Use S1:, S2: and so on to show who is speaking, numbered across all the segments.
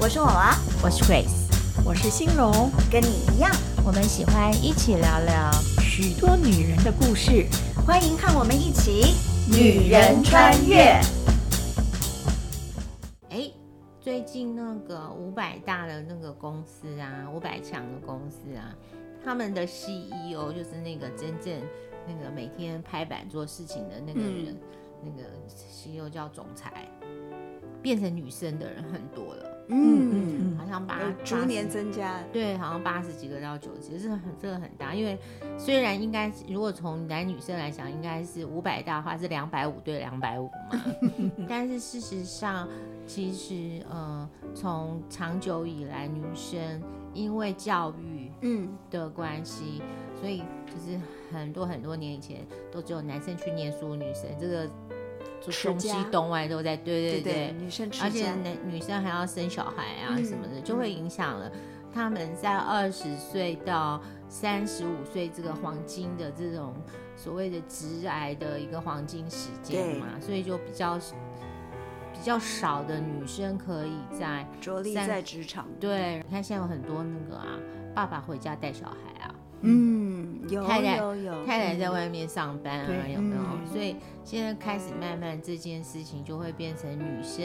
S1: 我是我娃，
S2: 我是 Grace，
S3: 我是欣荣，
S1: 跟你一样，
S2: 我们喜欢一起聊聊
S3: 许多女人的故事。
S1: 欢迎看我们一起《女人穿越》。
S2: 哎，最近那个五百大的那个公司啊，五百强的公司啊，他们的 CEO 就是那个真正那个每天拍板做事情的那个人，那个 CEO 叫总裁，变成女生的人很多了。
S3: 嗯
S2: 嗯，好像八
S4: 有逐年增加。
S2: 对，好像八十几个到九十，这是很这个很大，因为虽然应该是如果从男女生来讲，应该是五百大的话是两百五对两百五嘛，但是事实上，其实呃，从长久以来，女生因为教育
S4: 嗯，
S2: 的关系，所以就是很多很多年以前都只有男生去念书，女生这个
S4: 持
S2: 东西
S4: 家
S2: 东外都在，对
S4: 对
S2: 对对
S4: 对，女生持
S2: 而且
S4: 家，
S2: 男女生还要生小孩啊
S4: 嗯
S2: 什么的，就会影响了他们在二十岁到三十五岁这个黄金的这种所谓的直癌的一个黄金时间
S4: 对
S2: 嘛，所以就比较比较少的女生可以在
S4: 着力
S2: 三
S4: 在职场。
S2: 对，你看现在有很多那个啊，爸爸回家带小孩啊，
S4: 嗯，有
S2: 太太
S4: 有有，
S2: 太太在外面上班啊，
S3: 对
S2: 有没
S3: 嗯
S2: 有？所以现在开始慢慢这件事情就会变成女生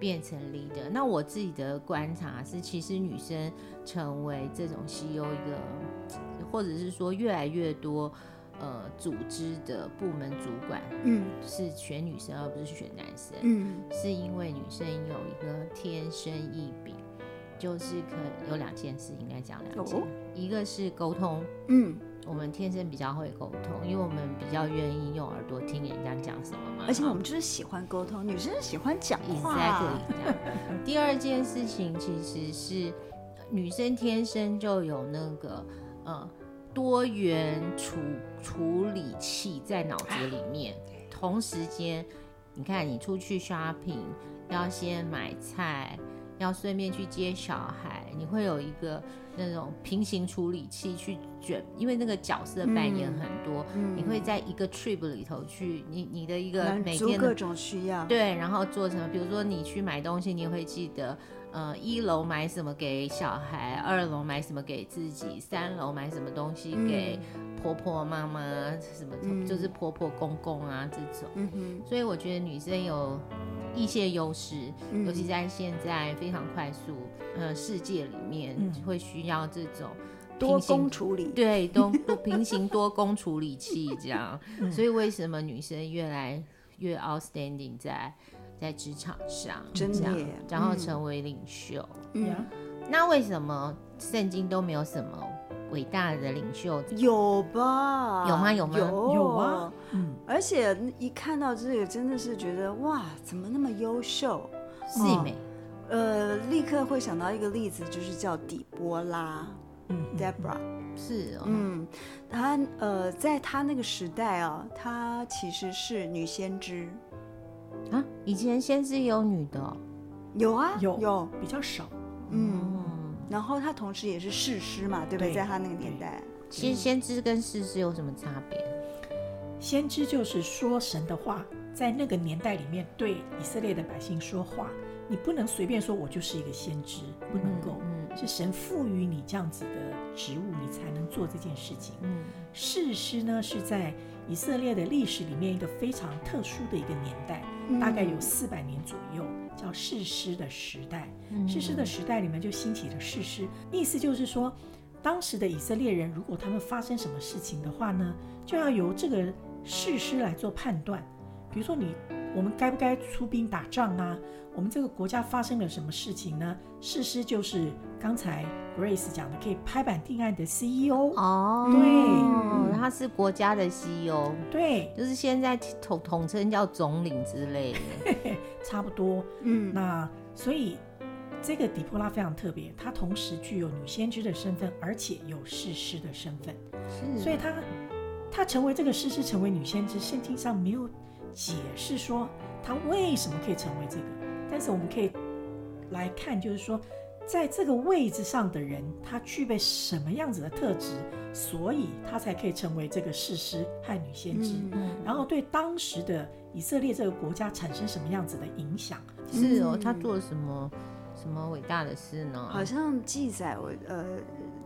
S2: 变成 leader。那我自己的观察是，其实女生成为这种 CEO 一个，或者是说越来越多呃组织的部门主管
S4: 嗯
S2: 是选女生而不是选男生，
S4: 嗯
S2: 是因为女生有一个天生异禀，就是可有两件事应该讲两件，
S4: 哦
S2: 一个是沟通。
S4: 嗯，
S2: 我们天生比较会沟通，因为我们比较愿意用耳朵听人家讲什么嘛。
S4: 而且我们就是喜欢沟通，女生喜欢讲
S2: exactly
S4: 话。
S2: 这样。第二件事情其实是呃女生天生就有那个呃多元处处理器在脑子里面，同时间你看你出去 shopping 要先买菜。要顺便去接小孩，你会有一个那种平行处理器去卷，因为那个角色扮演
S4: 嗯
S2: 很多，你会在一个 trip 里头去，你你的一个
S4: 满
S2: 每
S4: 足
S2: 天
S4: 各
S2: 的
S4: 种需要，
S2: 对，然后做成，比如说你去买东西，你会记得，呃，一楼买什么给小孩，二楼买什么给自己，三楼买什么东西
S4: 嗯
S2: 给婆婆妈妈，什么、就是婆婆公公啊这种。
S4: 嗯哼，
S2: 所以我觉得女生有一些优势，
S4: 嗯
S2: 尤其在现在非常快速呃世界里面，会需要这种
S4: 嗯多
S2: 平行
S4: 工处 理。
S2: 对，多多平行多工处理器这样，所以为什么女生越来越 outstanding 在在职场上，
S4: 真
S2: 这样
S4: 的耶
S2: 然后
S4: 嗯
S2: 成为领袖。
S4: 嗯，
S2: 那为什么圣经都没有什么伟大的领袖？
S4: 有吧？
S2: 有吗有吗
S4: 有
S3: 有啊。嗯，
S4: 而且一看到这个，真的是觉得哇，怎么那么优秀？
S2: 是美，
S4: 呃，立刻会想到一个例子，就是叫底波拉
S3: 嗯
S4: （Debra）。
S2: 是哦，
S4: 嗯，她呃，在她那个时代啊，她其实是女先知。
S2: 啊，以前先是有女的哦、
S4: 有啊，
S3: 有
S4: 有，
S3: 比较少。
S4: 嗯。
S2: 嗯，
S4: 然后她同时也是士师嘛，对不对？
S3: 对
S4: 在她那个年代，
S2: 其实先知跟士师有什么差别？
S3: 先知就是说神的话，在那个年代里面对以色列的百姓说话，你不能随便说我就是一个先知，不能够，
S2: 嗯
S3: 是神赋予你这样子的职务，你才能做这件事情。
S2: 嗯
S3: 士师呢是在以色列的历史里面一个非常特殊的一个年代，
S4: 嗯
S3: 大概有四百年左右，叫士师的时代。
S2: 嗯
S3: 士师的时代里面就兴起了士师，意思就是说，当时的以色列人如果他们发生什么事情的话呢，就要由这个士师来做判断。比如说你，我们该不该出兵打仗啊？我们这个国家发生了什么事情呢？士师就是刚才 Grace 讲的，可以拍板定案的 E CEO。
S2: 哦，
S3: 对
S2: 他是国家的 CEO，
S3: 对，
S2: 就是现在统统称叫总领之类的。
S3: 差不多。
S4: 嗯
S3: 那所以这个底波拉非常特别，她同时具有女先知的身份，而且有士师的身份，
S4: 嗯
S3: 所以她她成为这个士师，成为女先知，圣经上没有解释说她为什么可以成为这个，但是我们可以来看，就是说。在这个位置上的人，他具备什么样子的特质，所以他才可以成为这个士师和女先知。
S4: 嗯
S2: 嗯
S3: 然后对当时的以色列这个国家产生什么样子的影响？
S2: 是哦，他做了什么什么伟大的事呢？
S4: 嗯好像记载我呃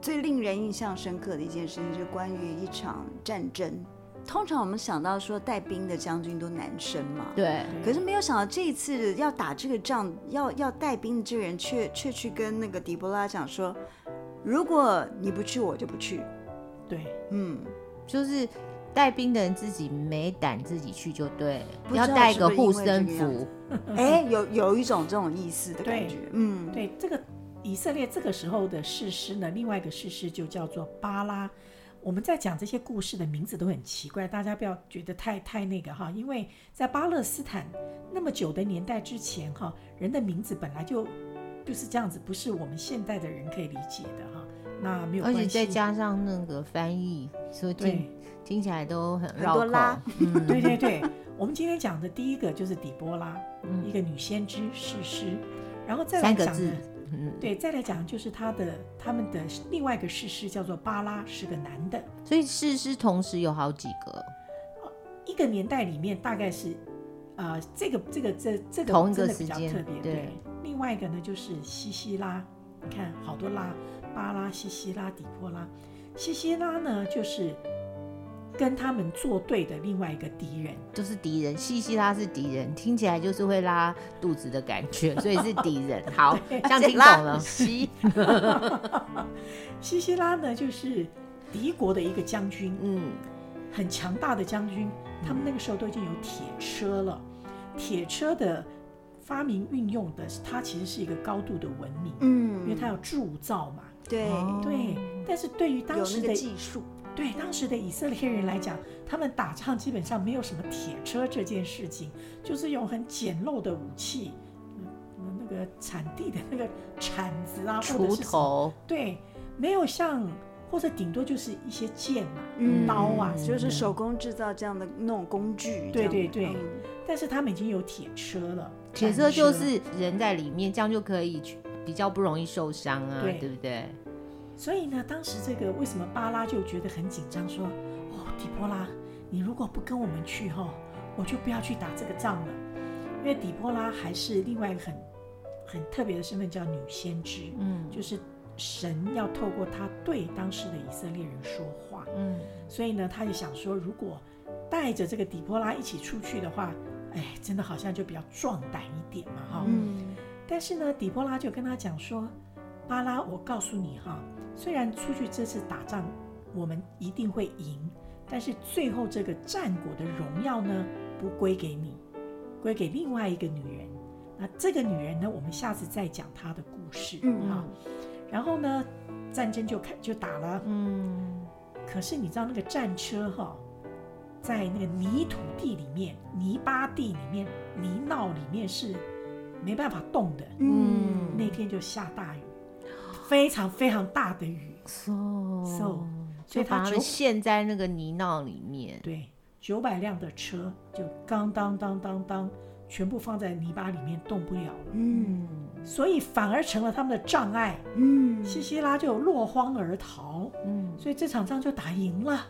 S4: 最令人印象深刻的一件事情，就是关于一场战争。通常我们想到说带兵的将军都男生嘛，
S2: 对，
S4: 可是没有想到这一次要打这个仗，要要带兵的这个人却却去跟那个狄波拉讲说，如果你不去，我就不去。
S3: 对，
S4: 嗯，
S2: 就是带兵的人自己没胆自己去就对了，
S4: 不知
S2: 要
S4: 道
S2: 带
S4: 是
S2: 个
S4: 不是
S2: 护
S4: 因为这
S2: 身
S4: 个样
S2: 符。
S4: 哎、有有一种这种意思的感
S3: 对
S4: 觉，嗯，
S3: 对，这个以色列这个时候的士师呢，另外一个士师就叫做巴拉。我们在讲这些故事的名字都很奇怪，大家不要觉得太太那个哈，因为在巴勒斯坦那么久的年代之前哈，人的名字本来就就是这样子，不是我们现代的人可以理解的哈。那没有
S2: 而
S3: 关系，
S2: 且再加上那个翻译，所以
S3: 对
S2: 听听起来都很
S4: 很
S2: 绕
S4: 多
S2: 口
S4: 拉。
S2: 嗯，
S3: 对对对，我们今天讲的第一个就是底波拉，
S2: 嗯
S3: 一个女先知士师，然后再来
S2: 三个
S3: 讲
S2: 字
S3: 呢。，
S2: 嗯，
S3: 对，再来讲就是他的他们的另外一个士师叫做巴拉，是个男的。
S2: 所以事师同时有好几个，
S3: 一个年代里面大概是，呃，这个这个这这个
S2: 同一个
S3: 真的比较
S2: 时间
S3: 特别。
S2: 对
S3: 对，另外一个呢就是西西拉，你看好多拉，巴拉、西西拉、底波拉，西西拉呢就是跟他们作对的另外一个敌人。
S2: 就是敌人，西西拉是敌人，听起来就是会拉肚子的感觉，所以是敌人。 好，这样听懂了。
S4: 西，
S3: 西西拉呢就是敌国的一个将军，
S2: 嗯，
S3: 很强大的将军，
S4: 嗯
S3: 他们那个时候都已经有铁车了。铁车的发明运用的，它其实是一个高度的文明，
S4: 嗯
S3: 因为它有铸造嘛。
S4: 对，
S2: 哦
S3: 对，但是对于
S4: 有
S3: 当时
S4: 那
S3: 的
S4: 个技术，
S3: 对当时的以色列人来讲，他们打仗基本上没有什么铁车这件事情，就是用很简陋的武器，嗯嗯那个铲地的那个铲子啊，或者
S2: 锄
S3: 是什么
S2: 头，
S3: 对，没有像或者顶多就是一些剑嘛、
S4: 嗯
S3: 刀啊，
S2: 嗯
S4: 就是手工制造这样的那种工具。
S3: 对对
S4: 这样的嗯
S3: 对但是他们已经有铁车了，
S2: 铁色
S3: 战
S2: 就是人在里面，这样就可以去比较不容易受伤啊，
S3: 对
S2: 对不对？
S3: 所以呢，当时这个为什么巴拉就觉得很紧张，说：“哦，底波拉，你如果不跟我们去哈，我就不要去打这个仗了。”因为底波拉还是另外一个很很特别的身份，叫女先知，
S2: 嗯
S3: 就是神要透过她对当时的以色列人说话。
S2: 嗯，
S3: 所以呢，他就想说，如果带着这个底波拉一起出去的话，哎，真的好像就比较壮胆一点嘛，哈、
S4: 嗯，
S3: 但是呢，底波拉就跟他讲说：“巴拉，我告诉你哈，虽然出去这次打仗我们一定会赢，但是最后这个战果的荣耀呢，不归给你，归给另外一个女人。那这个女人呢，我们下次再讲她的故事。
S4: 嗯
S3: 啊，然后呢，战争就开就打了。
S2: 嗯，
S3: 可是你知道那个战车哈、在那个泥土地里面、泥巴地里面、泥淖里面是没办法动的。
S2: 嗯
S4: 嗯
S3: 那天就下大雨，非常非常大的雨，
S2: so
S3: So，所
S2: 就
S3: 以他
S2: 把他
S3: 九
S2: 们陷在那个泥淖里面，
S3: 对，九百辆的车就当当当当当，全部放在泥巴里面动不了了，
S4: 嗯
S3: 所以反而成了他们的障碍。
S4: 嗯
S3: 西西拉就落荒而逃，
S2: 嗯，
S3: 所以这场仗就打赢了。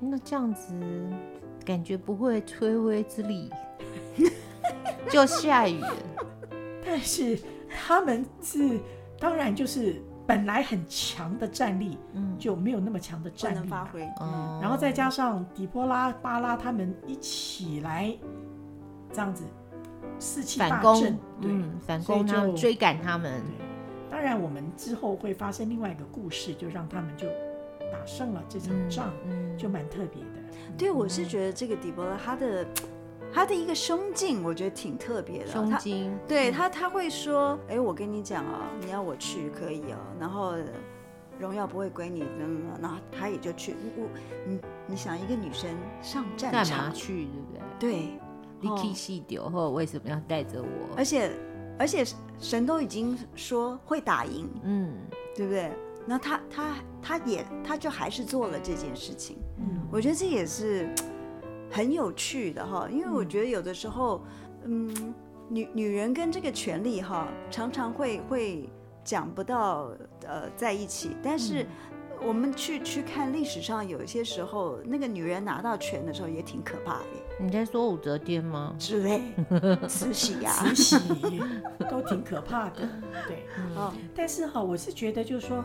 S2: 那这样子感觉不会吹灰之 力，就下雨了，
S3: 但是他们是，当然就是本来很强的战力，
S2: 嗯，
S3: 就没有那么强的
S4: 不
S3: 战
S4: 能
S3: 力
S4: 发
S3: 嘛。
S4: 挥。嗯，
S2: 哦
S3: 然后再加上底波拉、巴拉他们一起来，这样子士气
S2: 反
S3: 大
S2: 攻
S3: 振，，对。
S2: 嗯，反
S3: 所以
S2: 攻
S3: 就
S2: 他们追赶他们，
S3: 对，当然我们之后会发生另外一个故事，就让他们就打胜了这场仗，
S2: 嗯
S3: 就蛮特别的。
S4: 嗯对，我是觉得这个迪波拉他的他的一个胸襟，我觉得挺特别的。
S2: 胸
S4: 他
S2: 襟，
S4: 对他他会说，哎，我跟你讲啊、你要我去可以哦，然后荣耀不会归你，嗯，然后他也就去。我，你你想一个女生上战
S2: 干嘛
S4: 场，
S2: 去，对不对？
S4: 对，
S2: 你
S4: 哦
S2: 可以细丢，或者为什么要带着我
S4: 而？且而且神都已经说会打赢，
S2: 嗯，
S4: 对不对？那他他他也他就还是做了这件事情，
S3: 嗯，
S4: 我觉得这也是很有趣的哈，因为我觉得有的时候，嗯，女女人跟这个权利
S2: 嗯
S4: 哈，常常会会讲不到呃在一起，但是。我们去去看历史上有一些时候，那个女人拿到权的时候也挺可怕的
S2: 你在说武则天吗？
S4: 之类， 慈禧呀、
S3: 慈禧都挺可怕的，对。
S4: 哦，
S3: 但是哈，我是觉得就是说，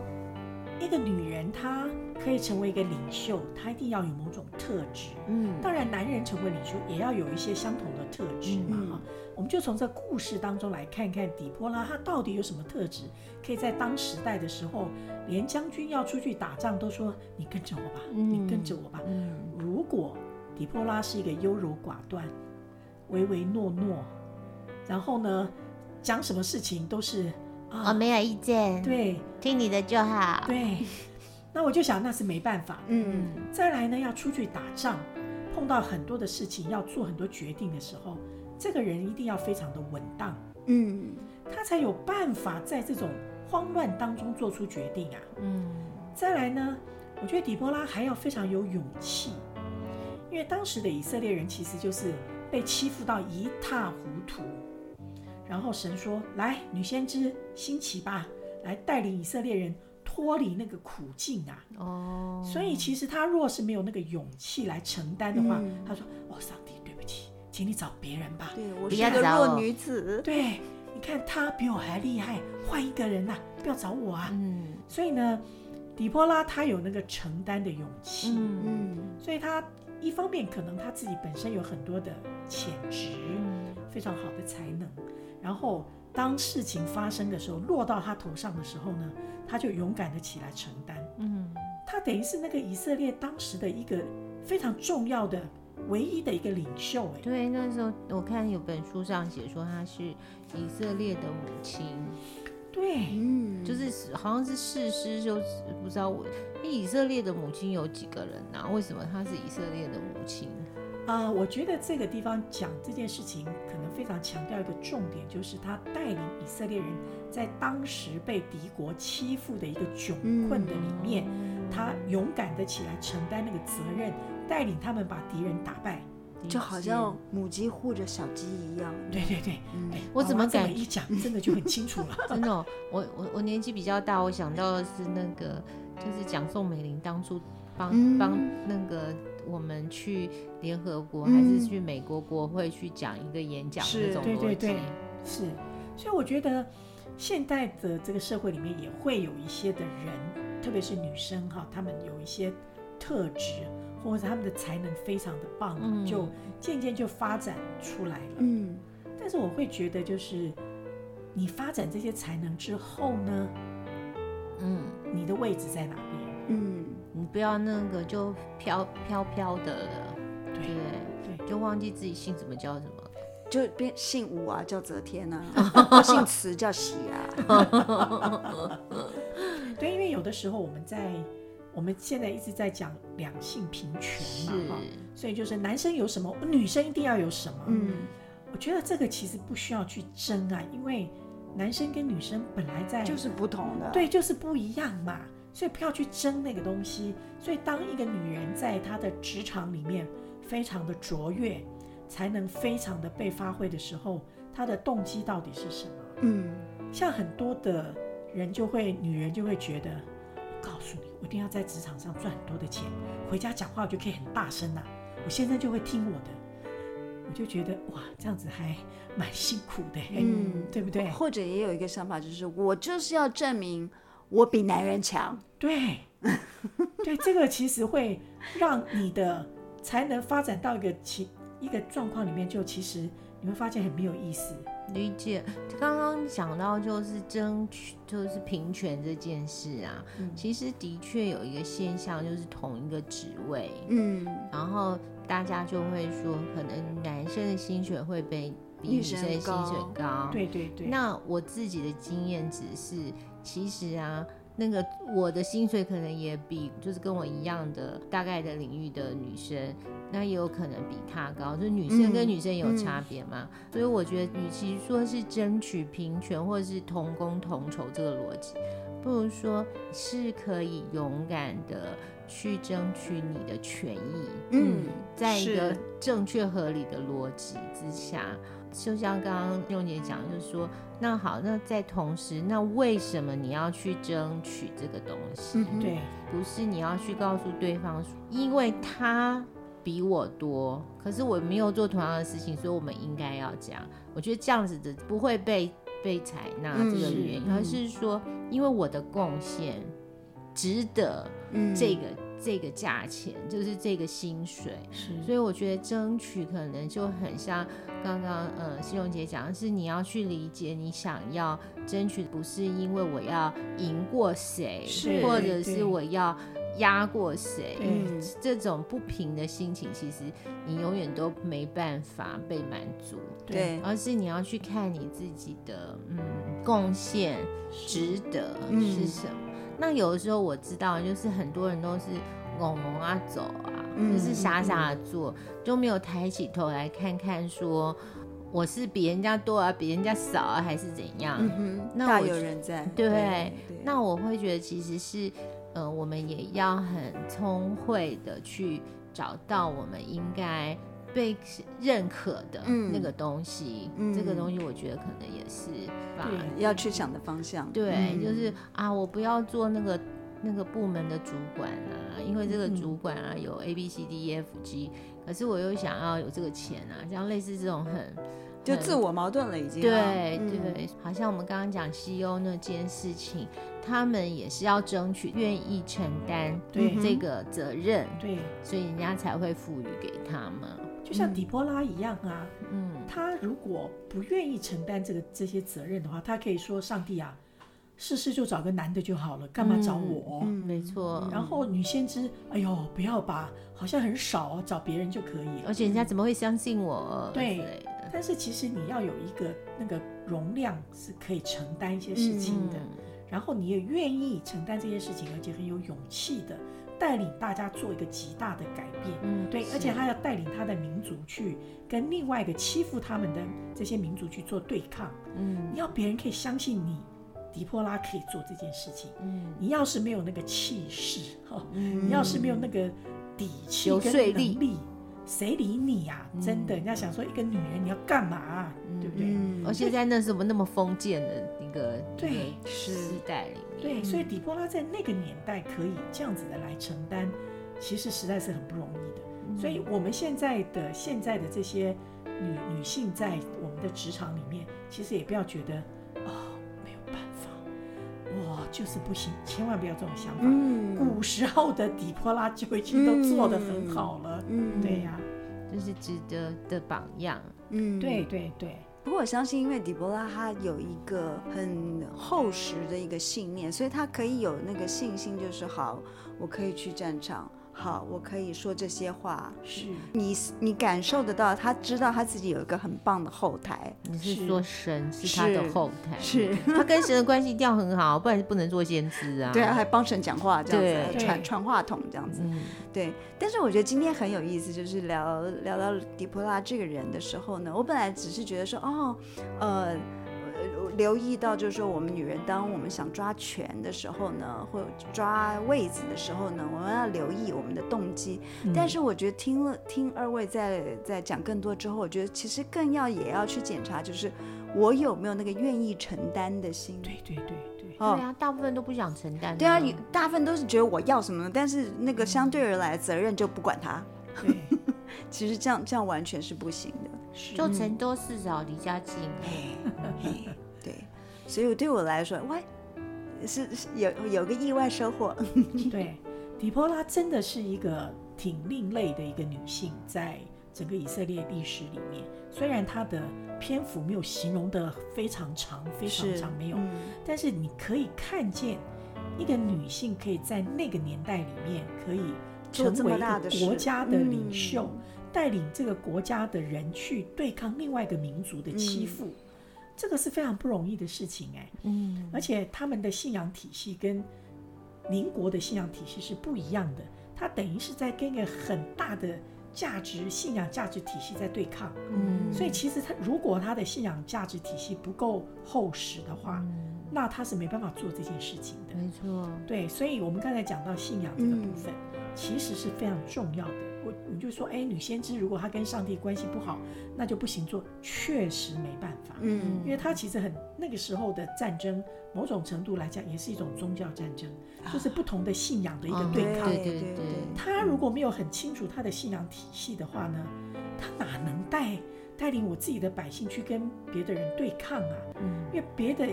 S3: 一个女人她可以成为一个领袖，她一定要有某种特质。
S2: 嗯，
S3: 当然，男人成为领袖也要有一些相同的特质嘛
S4: 嗯
S3: 哈。我们就从这故事当中来看看底波拉他到底有什么特质，可以在当时代的时候，连将军要出去打仗都说你跟着我吧，你跟着我吧。
S2: 嗯
S3: 如果底波拉是一个优柔寡断、唯唯诺诺，然后呢，讲什么事情都是
S2: 哦
S3: 啊，
S2: 我没有意见，
S3: 对
S2: 听你的就好。
S3: 对，那我就想那是没办法。
S4: 嗯，
S3: 再来呢，要出去打仗，碰到很多的事情，要做很多决定的时候，这个人一定要非常的稳当，
S4: 嗯，
S3: 他才有办法在这种慌乱当中做出决定啊。
S2: 嗯
S3: 再来呢，我觉得底波拉还要非常有勇气，因为当时的以色列人其实就是被欺负到一塌糊涂，然后神说：“来，女先知兴起吧，来带领以色列人脱离那个苦境啊。”
S2: 哦，
S3: 所以其实他若是没有那个勇气来承担的话，
S4: 嗯
S3: 他说：“哦，上帝，对不起，请你找别人吧。
S4: 对我
S2: 不
S4: 是
S2: 要
S4: 个
S2: 找
S4: 弱
S2: 我
S4: 女子，
S3: 对，你看他比我还厉害，换一个人呐、不要找我啊。
S2: 嗯
S3: 所以呢，底波拉他有那个承担的勇气，
S2: 嗯
S4: 嗯
S3: 所以他一方面可能他自己本身有很多的潜质，
S2: 嗯
S3: 非常好的才能，然后当事情发生的时候，落到他头上的时候呢，他就勇敢的起来承担。
S2: 嗯
S3: 他等于是那个以色列当时的一个非常重要的、唯一的一个领袖。哎，
S2: 对，那时候我看有本书上写说她是以色列的母亲，
S3: 对，
S4: 嗯，
S2: 就是好像是世师，就是不知道我以色列的母亲有几个人啊？为什么她是以色列的母亲？
S3: 啊、我觉得这个地方讲这件事情，可能非常强调一个重点，就是他带领以色列人在当时被敌国欺负的一个窘
S4: 嗯
S3: 困的里面，他勇敢的起来承担那个责任，带领他们把敌人打败。
S4: 就好像母鸡护着小鸡一样，
S3: 对对对，
S4: 嗯
S3: 哎，
S2: 我怎么
S3: 娃娃这么
S2: 感
S3: 一讲，真的就很清楚了。
S2: 真的哦、我我我年纪比较大，我想到的是那个，就是讲宋美龄当初帮、
S4: 嗯
S2: 帮那个我们去联合国、
S4: 嗯
S2: 还是去美国国会去讲一个演讲
S4: 是
S2: 那种
S3: 对对
S2: 逻辑
S3: 对是，所以我觉得现代的这个社会里面也会有一些的人，特别是女生哈，她们有一些特质或者她们的才能非常的棒，
S2: 嗯
S3: 就渐渐就发展出来了。
S4: 嗯
S3: 但是我会觉得，就是你发展这些才能之后呢，
S2: 嗯，
S3: 你的位置在哪边？
S4: 嗯
S2: 你不要那个就飘飘飘的了，
S3: 对
S2: 对，
S3: 对，
S2: 就忘记自己姓什么叫什么。
S4: 就变姓武啊，叫则天 啊，姓慈叫喜啊，
S3: 对，因为有的时候我们在我们现在一直在讲两性平权
S2: 是，
S3: 嘛哈，所以就是男生有什么，女生一定要有什么，
S4: 嗯，
S3: 我觉得这个其实不需要去争啊，因为男生跟女生本来
S2: 哎
S3: 在
S4: 就是啊不同的，，
S3: 对就是不一样嘛，所以不要去争那个东西。所以当一个女人在她的职场里面非常的卓越，才能非常的被发挥的时候，她的动机到底是什么？
S4: 嗯
S3: 像很多的人就会，女人就会觉得，我告诉你，我一定要在职场上赚很多的钱，回家讲话我就可以很大声啦、啊我先生就会听我的。我就觉得哇，这样子还蛮辛苦的、欸，
S4: 嗯
S3: 对不对？
S4: 或者也有一个想法，就是我就是要证明我比男人强，
S3: 对，对，这个其实会让你的才能发展到一个其一个状况里面，就其实你会发现很没有意思。
S2: 理解。刚刚讲到就是争取，就是平权这件事啊，
S3: 嗯
S2: 其实的确有一个现象，就是同一个职位，
S4: 嗯，
S2: 然后大家就会说，可能男生的薪水会被比
S4: 女
S2: 女生
S4: 生
S2: 的薪水
S4: 高
S2: 高。，
S3: 对对对，
S2: 那我自己的经验只是，其实啊。那个我的薪水可能也比就是跟我一样的大概的领域的女生，那也有可能比她高，就是女生跟
S4: 嗯
S2: 女生有差别嘛。所以我觉得，与其说是争取平权或者是同工同酬这个逻辑，不如说是可以勇敢的去争取你的权益。
S4: 嗯
S2: 在一
S4: 是
S2: 个正确合理的逻辑之下，就像刚刚用姐讲，就是说，那好，那在同时，那为什么你要去争取这个东西？
S4: 嗯哼
S3: 对，
S2: 不是你要去告诉对方，因为他比我多，可是我没有做同样的事情，所以我们应该要讲。我觉得这样子的不会被被采纳
S4: 嗯
S2: 这个
S4: 是
S2: 原因，
S4: 嗯
S2: 而是说，因为我的贡献值得
S4: 嗯
S2: 这个、这个价钱，就是这个薪水。
S3: 是
S2: 所以我觉得争取可能就很像刚刚呃西荣姐讲的是，你要去理解你想要争取，不是因为我要赢过谁
S3: 是，
S2: 或者
S3: 对
S2: 是我要压过谁。
S3: 对
S4: 嗯
S2: 这种不平的心情，其实你永远都没办法被满足，
S4: 对
S2: 而是你要去看你自己的嗯贡献值得
S4: 嗯
S2: 是什么。那有的时候我知道，就是很多人都是拱拱啊走啊，
S4: 嗯
S2: 就是傻傻的做，就没有抬起头来看看说我是比人家多啊，比人家少啊，还是怎样？
S4: 嗯哼，
S2: 那
S4: 大
S2: 我
S4: 有
S2: 觉
S4: 人在。
S2: 对
S4: 对
S2: 那我会觉得其实是，呃，我们也要很聪慧的去找到我们应该被认可的
S4: 嗯
S2: 那个东西。
S4: 嗯
S2: 这个东西我觉得可能也是吧，
S4: 要去想的方向。
S2: 对，
S4: 嗯
S2: 就是啊，我不要做那个那个部门的主管啊，因为这个
S3: 嗯
S2: 主管啊有 A B C D E F G，可是我又想要有这个钱啊，像类似这种很
S3: 嗯
S4: 就
S2: 很
S4: 自我矛盾了已经啊。
S2: 对
S4: 嗯，
S2: 对，好像我们刚刚讲西欧那件事情，他们也是要争取愿意承担
S3: 对
S2: 这个责任，
S3: 对，
S2: 所以人家才会赋予给他们。
S3: 就像底波拉一样啊，
S2: 嗯，
S3: 他如果不愿意承担这个这些责任的话，他可以说：“上帝啊，事事就找个男的就好了，干嘛找我？”
S4: 嗯
S2: 没错。
S3: 然后女先知，哎呦，不要吧，好像很少哦，找别人就可以了。
S2: 而且人家怎么会相信我？
S3: 对
S2: 之类的
S3: 但是其实你要有一个那个容量是可以承担一些事情
S2: 嗯
S3: 的，然后你也愿意承担这些事情，而且很有勇气的带领大家做一个极大的改变。
S2: 嗯，
S3: 对，
S2: 是
S3: 而且他要带领他的民族去跟另外一个欺负他们的这些民族去做对抗。
S2: 嗯
S3: 你要别人可以相信你，狄波拉可以做这件事情。
S2: 嗯
S3: 你要是没有那个气势，哈、
S4: 嗯
S3: 你要是没有那个底气
S2: 有
S3: 跟
S2: 说
S3: 能
S2: 力
S3: 力，谁理你呀、
S2: 嗯
S3: 真的，人家想说一个女人你要干嘛啊、
S2: 嗯
S3: 对不对？
S4: 嗯，
S2: 而且在那什么那么封建的一个
S3: 对
S4: 是
S2: 时代里面，
S4: 嗯
S3: 对，所以底波拉在那个年代可以这样子的来承担，其实实在是很不容易的。
S2: 嗯
S3: 所以我们现在的现在的这些女女性在我们的职场里面，其实也不要觉得哦没有办法，我就是不行，千万不要这种想法。
S4: 嗯
S3: 古时候的底波拉就已经都做得很好了，
S4: 嗯
S3: 对呀、
S2: 就是值得的榜样。
S4: 嗯
S3: 对。对对，
S4: 不过我相信，因为底波拉她有一个很厚实的一个信念，所以她可以有那个信心，就是好，我可以去战场，好，我可以说这些话。
S3: 是
S4: 你你感受得到，她知道她自己有一个很棒的后台，
S2: 你是
S3: 是
S2: 说神是他的
S4: 是
S2: 后台？
S4: 是，
S2: 他跟神的关系一定要很好，不然不能做先知啊。
S4: 对啊，还帮神讲话这样子，
S3: 对
S4: 传
S3: 对
S4: 传话筒这样子。
S2: 嗯，
S4: 对，但是我觉得今天很有意思，就是聊聊到狄波拉这个人的时候呢，我本来只是觉得说，哦，呃，我留意到就是说，我们女人当我们想抓权的时候呢，或者抓位子的时候呢，我们要留意我们的动机。
S2: 嗯
S4: 但是我觉得听了听二位在在讲更多之后，我觉得其实更要也要去检查，就是我有没有那个愿意承担的心。
S3: 对对对 对，
S2: 对
S4: 哦，
S2: 啊，大部分都不想承担。
S4: 对啊，
S3: 嗯
S4: 有大部分都是觉得我要什么，但是那个相对而来责任就不管他。
S3: 对，
S4: 其实这样这样完全是不行的。
S3: 是
S2: 就成都市找离家近，
S4: 嘿对，所以对我来说，哇，是是有有个意外收获。
S3: 对，底波拉真的是一个挺另类的一个女性，在整个以色列历史里面，虽然她的篇幅没有形容的非常长，非常长没有，
S4: 嗯
S3: 但是你可以看见一个女性可以在那个年代里面可以
S4: 做
S3: 成
S4: 这
S3: 为
S4: 么
S3: 一
S4: 大的
S3: 个
S4: 事
S3: 国家的领袖
S4: 嗯，
S3: 带领这个国家的人去对抗另外一个民族的欺负，这个是非常不容易的事情哎、
S2: 嗯，
S3: 而且他们的信仰体系跟邻国的信仰体系是不一样的，它等于是在跟一个很大的价值信仰价值体系在对抗。
S2: 嗯
S3: 所以其实他如果他的信仰价值体系不够厚实的话，那他是没办法做这件事情的。
S2: 嗯没错，
S3: 对，所以我们刚才讲到信仰这个部分，其实是非常重要的。我我就说，哎，女先知如果她跟上帝关系不好，那就不行做，确实没办法，
S4: 嗯
S3: 因为她其实很那个时候的战争，某种程度来讲也是一种宗教战争，就是不同的信仰的一个
S2: 嗯
S3: 对
S4: 对
S3: 抗。
S2: 啊对对
S4: 对
S2: 对
S4: 对
S3: 他如果没有很清楚他的信仰体系的话呢，他哪能带带领我自己的百姓去跟别的人对抗啊？
S2: 嗯
S3: 因为别的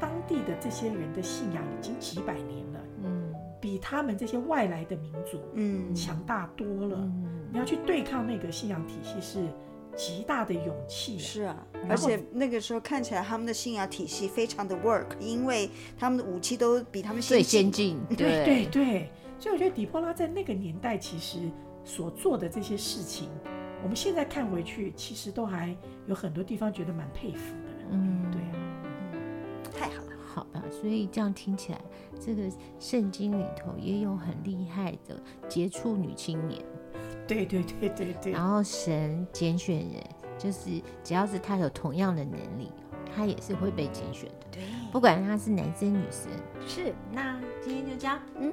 S3: 当地的这些人的信仰已经几百年了，
S2: 嗯
S3: 比他们这些外来的民族
S4: 嗯
S3: 强大多了。
S2: 嗯，
S3: 你要去对抗那个信仰体系是极大的勇气、啊。
S4: 是啊，
S3: 然
S4: 而
S3: 后
S4: 且那个时候看起来他们的信仰体系非常的 work，因为他们的武器都比他们
S2: 最先
S4: 进。
S2: 进，
S3: 对对对，所以我觉得底波拉在那个年代其实所做的这些事情，我们现在看回去，其实都还有很多地方觉得蛮佩服的。
S2: 嗯
S3: 对啊，
S4: 嗯太好了，
S2: 好吧，所以这样听起来，这个圣经里头也有很厉害的杰出女青年，
S3: 对对对对对，
S2: 然后神拣选人，就是只要是她有同样的能力，她也是会被拣选的，
S4: 对，
S2: 不管她是男生女生。
S1: 是，那今天就这样，
S4: 嗯，